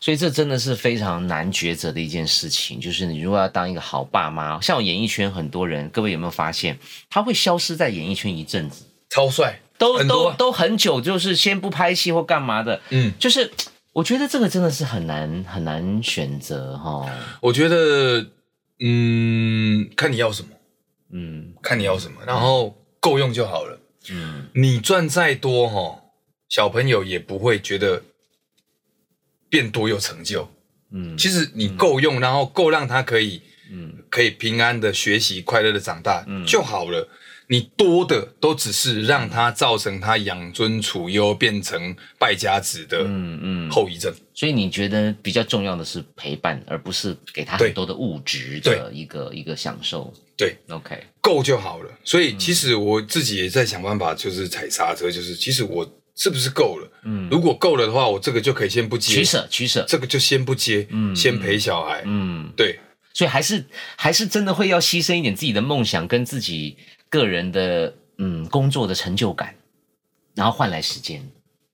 [SPEAKER 1] 所以这真的是非常难抉择的一件事情。就是你如果要当一个好爸妈，像我演艺圈很多人，各位有没有发现，他会消失在演艺圈一阵子，
[SPEAKER 2] 超帅，
[SPEAKER 1] 都
[SPEAKER 2] 很
[SPEAKER 1] 都
[SPEAKER 2] 多啊
[SPEAKER 1] 都很久，就是先不拍戏或干嘛的。
[SPEAKER 2] 嗯，
[SPEAKER 1] 就是我觉得这个真的是很难很难选择哈、
[SPEAKER 2] 我觉得，嗯，看你要什么，
[SPEAKER 1] 嗯
[SPEAKER 2] 看你要什么，然后够用就好了。
[SPEAKER 1] 嗯，
[SPEAKER 2] 你赚再多哈、哦，小朋友也不会觉得变多有成就。
[SPEAKER 1] 嗯
[SPEAKER 2] 其实你够用，然后够让他可以，嗯，可以平安的学习，快乐的长大、就好了。你多的都只是让他造成他养尊处优，变成败家子的
[SPEAKER 1] 嗯嗯，
[SPEAKER 2] 后遗症。
[SPEAKER 1] 所以你觉得比较重要的是陪伴，而不是给他
[SPEAKER 2] 对
[SPEAKER 1] 很多的物质的一个一个享受。
[SPEAKER 2] 对，
[SPEAKER 1] OK，
[SPEAKER 2] 够就好了。所以其实我自己也在想办法，就是踩刹车，就是其实我是不是够了？嗯，如果够了的话，我这个就可以先不接
[SPEAKER 1] 取，舍取舍，
[SPEAKER 2] 这个就先不接，嗯，先陪小孩，
[SPEAKER 1] 嗯，
[SPEAKER 2] 对。
[SPEAKER 1] 所以还是还是真的会要牺牲一点自己的梦想跟自己个人的嗯工作的成就感，然后换来时间。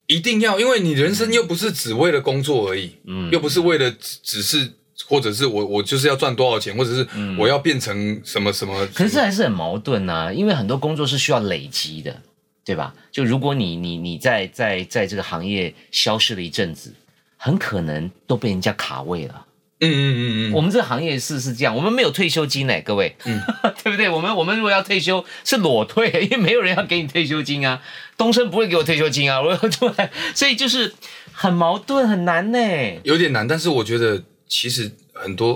[SPEAKER 2] 一定要，因为你人生又不是只为了工作而已，
[SPEAKER 1] 嗯
[SPEAKER 2] 又不是为了只只是，或者是我我就是要赚多少钱，或者是我要变成什么什么。
[SPEAKER 1] 嗯可是这还是很矛盾呐、因为很多工作是需要累积的，对吧？就如果你你你在在在这个行业消失了一阵子，很可能都被人家卡位了。
[SPEAKER 2] 嗯嗯嗯嗯，
[SPEAKER 1] 我们这个行业是是这样，我们没有退休金呢、各位， [LAUGHS] 对不对？我们我们如果要退休是裸退，因为没有人要给你退休金啊，东升不会给我退休金啊， [LAUGHS] 我要出来，所以就是很矛盾，很难呢、
[SPEAKER 2] 有点难，但是我觉得其实很多，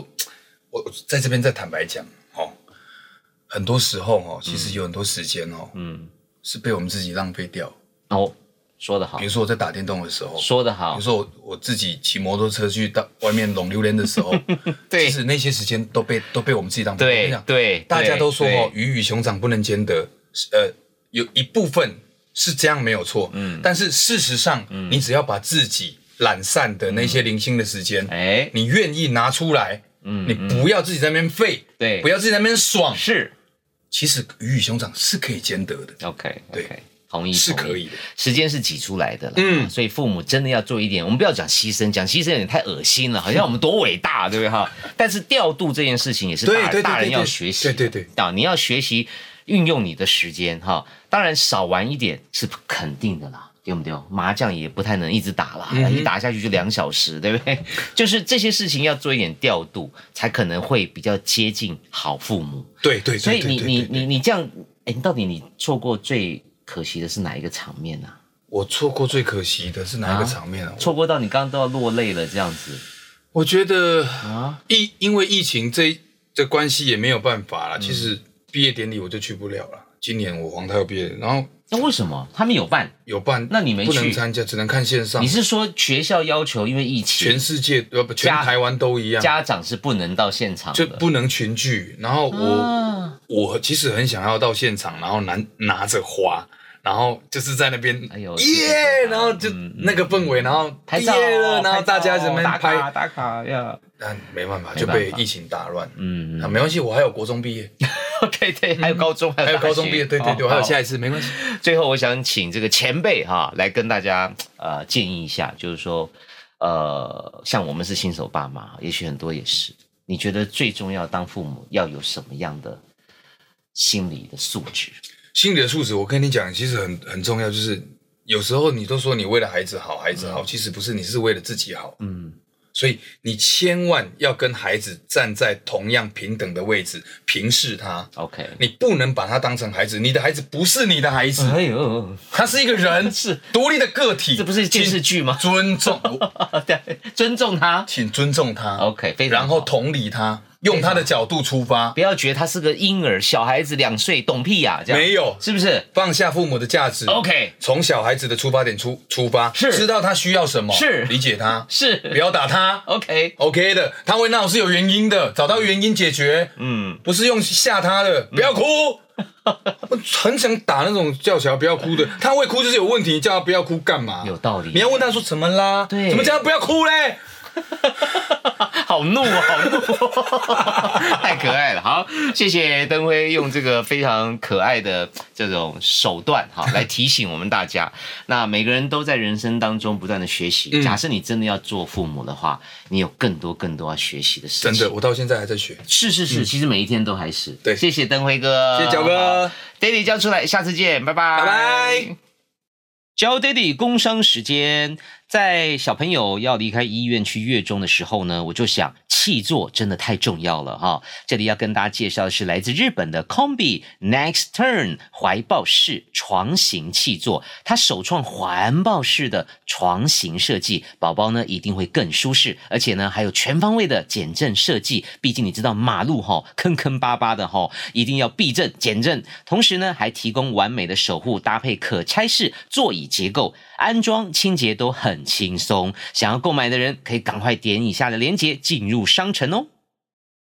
[SPEAKER 2] 我我在这边再坦白讲哦，很多时候哦，其实有很多时间哦，
[SPEAKER 1] 嗯，
[SPEAKER 2] 是被我们自己浪费掉。
[SPEAKER 1] 哦，说得好
[SPEAKER 2] 比，如说我在打电动的时候，
[SPEAKER 1] 说得
[SPEAKER 2] 比
[SPEAKER 1] 好
[SPEAKER 2] 如，说我我自己骑摩托车去到外面拢榴莲的时候，
[SPEAKER 1] [LAUGHS] 对
[SPEAKER 2] 其实那些时间都被都被我们自己浪费
[SPEAKER 1] 对
[SPEAKER 2] 掉。我跟你讲
[SPEAKER 1] 对，
[SPEAKER 2] 大家都说
[SPEAKER 1] 对
[SPEAKER 2] 哦，，鱼与熊掌不能兼得，是呃，有一部分是这样没有错，嗯，但是事实上，
[SPEAKER 1] 嗯
[SPEAKER 2] 你只要把自己懒散的那些零星的时间，
[SPEAKER 1] 哎，
[SPEAKER 2] 你愿意拿出来，嗯，你不要自己在那边废，
[SPEAKER 1] 对
[SPEAKER 2] 不要自己在那边爽，
[SPEAKER 1] 是
[SPEAKER 2] 其实鱼与熊掌是可以兼得的，
[SPEAKER 1] OK，
[SPEAKER 2] 对，
[SPEAKER 1] 同意
[SPEAKER 2] 是
[SPEAKER 1] 同
[SPEAKER 2] 可以的。
[SPEAKER 1] 时间是挤出来的啦，
[SPEAKER 2] 嗯
[SPEAKER 1] 所以父母真的要做一点，我们不要讲牺牲，讲牺牲有点太恶心了，好像我们多伟大，对不对哈？但是调度这件事情也是大
[SPEAKER 2] 对对对
[SPEAKER 1] 大人
[SPEAKER 2] 对
[SPEAKER 1] 要
[SPEAKER 2] 对
[SPEAKER 1] 学习的，
[SPEAKER 2] 对对
[SPEAKER 1] 啊，你要学习运用你的时间哈，当然少玩一点是肯定的啦。对不对？麻将也不太能一直打啦，一打下去就两小时，对不对？就是这些事情要做一点调度，才可能会比较接近好父母。
[SPEAKER 2] 对对，对
[SPEAKER 1] 所以
[SPEAKER 2] 对
[SPEAKER 1] 你
[SPEAKER 2] 对
[SPEAKER 1] 你
[SPEAKER 2] 对
[SPEAKER 1] 你你这样，哎、你到底你错过最可惜的是哪一个场面呢、啊？
[SPEAKER 2] 我错过最可惜的是哪一个
[SPEAKER 1] 啊
[SPEAKER 2] 场面啊？
[SPEAKER 1] 错过到你刚刚都要落泪了这样子
[SPEAKER 2] 我觉得
[SPEAKER 1] 啊？
[SPEAKER 2] 疫因为疫情这这关系也没有办
[SPEAKER 1] 嗯
[SPEAKER 2] 法了。其实毕业典礼我就去不了了，今年我黄太要毕业，然后
[SPEAKER 1] 那为什么他们有办？
[SPEAKER 2] 有办，
[SPEAKER 1] 那你没去
[SPEAKER 2] 不能参加，只能看线上
[SPEAKER 1] 你。是说学校要求，因为疫情
[SPEAKER 2] 全，世界呃不，全
[SPEAKER 1] 家
[SPEAKER 2] 台湾都一样，
[SPEAKER 1] 家长是不能到现场
[SPEAKER 2] 就
[SPEAKER 1] 的？
[SPEAKER 2] 不能群聚。然后我、
[SPEAKER 1] 啊，
[SPEAKER 2] 我其实很想要到现场，然后拿拿着花，然后就是在那边，
[SPEAKER 1] 哎呦是的
[SPEAKER 2] 耶，
[SPEAKER 1] 是的
[SPEAKER 2] 然后就
[SPEAKER 1] 嗯嗯
[SPEAKER 2] 那个氛围，然后
[SPEAKER 1] 拍
[SPEAKER 2] 毕
[SPEAKER 1] 照啊
[SPEAKER 2] 业了，然
[SPEAKER 1] 拍
[SPEAKER 2] 后
[SPEAKER 1] 照
[SPEAKER 2] 大家怎么
[SPEAKER 1] 打
[SPEAKER 2] 拍
[SPEAKER 1] 卡？打卡呀？
[SPEAKER 2] 但没办法，
[SPEAKER 1] 没
[SPEAKER 2] 就被
[SPEAKER 1] 办法
[SPEAKER 2] 疫情打乱。
[SPEAKER 1] 嗯
[SPEAKER 2] 啊，没关系，我还有国中毕业，
[SPEAKER 1] 对对，还有高中，
[SPEAKER 2] [LAUGHS] 还有
[SPEAKER 1] 有大
[SPEAKER 2] 高中
[SPEAKER 1] 学
[SPEAKER 2] 毕业，对对
[SPEAKER 1] 哦
[SPEAKER 2] 对，我还
[SPEAKER 1] 好
[SPEAKER 2] 有下一次，没关系。
[SPEAKER 1] 最后，我想请这个前辈哈来跟大家呃建议一下，就是说，呃，像我们是新手爸妈，也许很多也是，你觉得最重要当父母要有什么样的心理的素质？
[SPEAKER 2] 心理的素质，我跟你讲，其实很很重要，就是有时候你都说你为了孩子好，孩子好，其实不是，你是为了自己好，
[SPEAKER 1] 嗯，
[SPEAKER 2] 所以你千万要跟孩子站在同样平等的位置，平视他。
[SPEAKER 1] OK，
[SPEAKER 2] 你不能把他当成孩子，你的孩子不是你的孩子，
[SPEAKER 1] 哎呦，
[SPEAKER 2] 他是一个
[SPEAKER 1] [LAUGHS]
[SPEAKER 2] 人，
[SPEAKER 1] 是
[SPEAKER 2] 独立的个体。
[SPEAKER 1] 这不是电视剧吗？ [LAUGHS]
[SPEAKER 2] 请尊重，
[SPEAKER 1] 对，尊重他。
[SPEAKER 2] 请尊重他。
[SPEAKER 1] OK，非常好
[SPEAKER 2] 然后同理他，用他的角度出发
[SPEAKER 1] 不，要觉得他是个婴儿，小孩子两岁，懂屁呀、这样
[SPEAKER 2] 没有
[SPEAKER 1] 是不是
[SPEAKER 2] 放下父母的价值。
[SPEAKER 1] ？OK，
[SPEAKER 2] 从小孩子的出发点出出发，
[SPEAKER 1] 是
[SPEAKER 2] 知道他需要什么，
[SPEAKER 1] 是
[SPEAKER 2] 理解他，不
[SPEAKER 1] 是
[SPEAKER 2] 要打他。
[SPEAKER 1] OK，
[SPEAKER 2] OK 的，他会闹是有原因的，找到原因解决，
[SPEAKER 1] 嗯，
[SPEAKER 2] 不是用吓他的，不要哭。我很想打那种叫小孩不要哭的，他会哭就是有问题，叫他不要哭干嘛？
[SPEAKER 1] 有道理
[SPEAKER 2] 你要问他说怎么啦？
[SPEAKER 1] 对
[SPEAKER 2] 怎么叫他不要哭嘞？
[SPEAKER 1] 好怒哦，好怒、 [LAUGHS] 哦，太可爱了。好，谢谢灯辉用这个非常可爱的这种手段， [LAUGHS] 哈，来提醒我们大家。那每个人都在人生当中不断的学
[SPEAKER 2] 嗯
[SPEAKER 1] 习。假设你真的要做父母的话，你有更多更多要学习的事情。
[SPEAKER 2] 真的，我到现在还在学。
[SPEAKER 1] 是是是，其实每一天都还是。
[SPEAKER 2] 嗯对
[SPEAKER 1] 谢谢灯辉哥，
[SPEAKER 2] 谢谢焦哥
[SPEAKER 1] 啊好，Daddy 交出来，下次见，拜拜，
[SPEAKER 2] 拜拜。
[SPEAKER 1] 焦 Daddy 工伤时间，在小朋友要离开医院去月中的时候呢，我就想气座真的太重要了哈、这里要跟大家介绍的是来自日本的 Combi Next Turn 怀抱式床型气座，它首创环抱式的床型设计，宝宝呢一定会更舒适，而且呢还有全方位的减震设计。毕竟你知道马路哈、坑坑巴巴的哈、一定要避震减震，同时呢还提供完美的守护，搭配可拆式座椅结构，安装清洁都很轻松。想要购买的人可以赶快点以下的链接进入商城哦。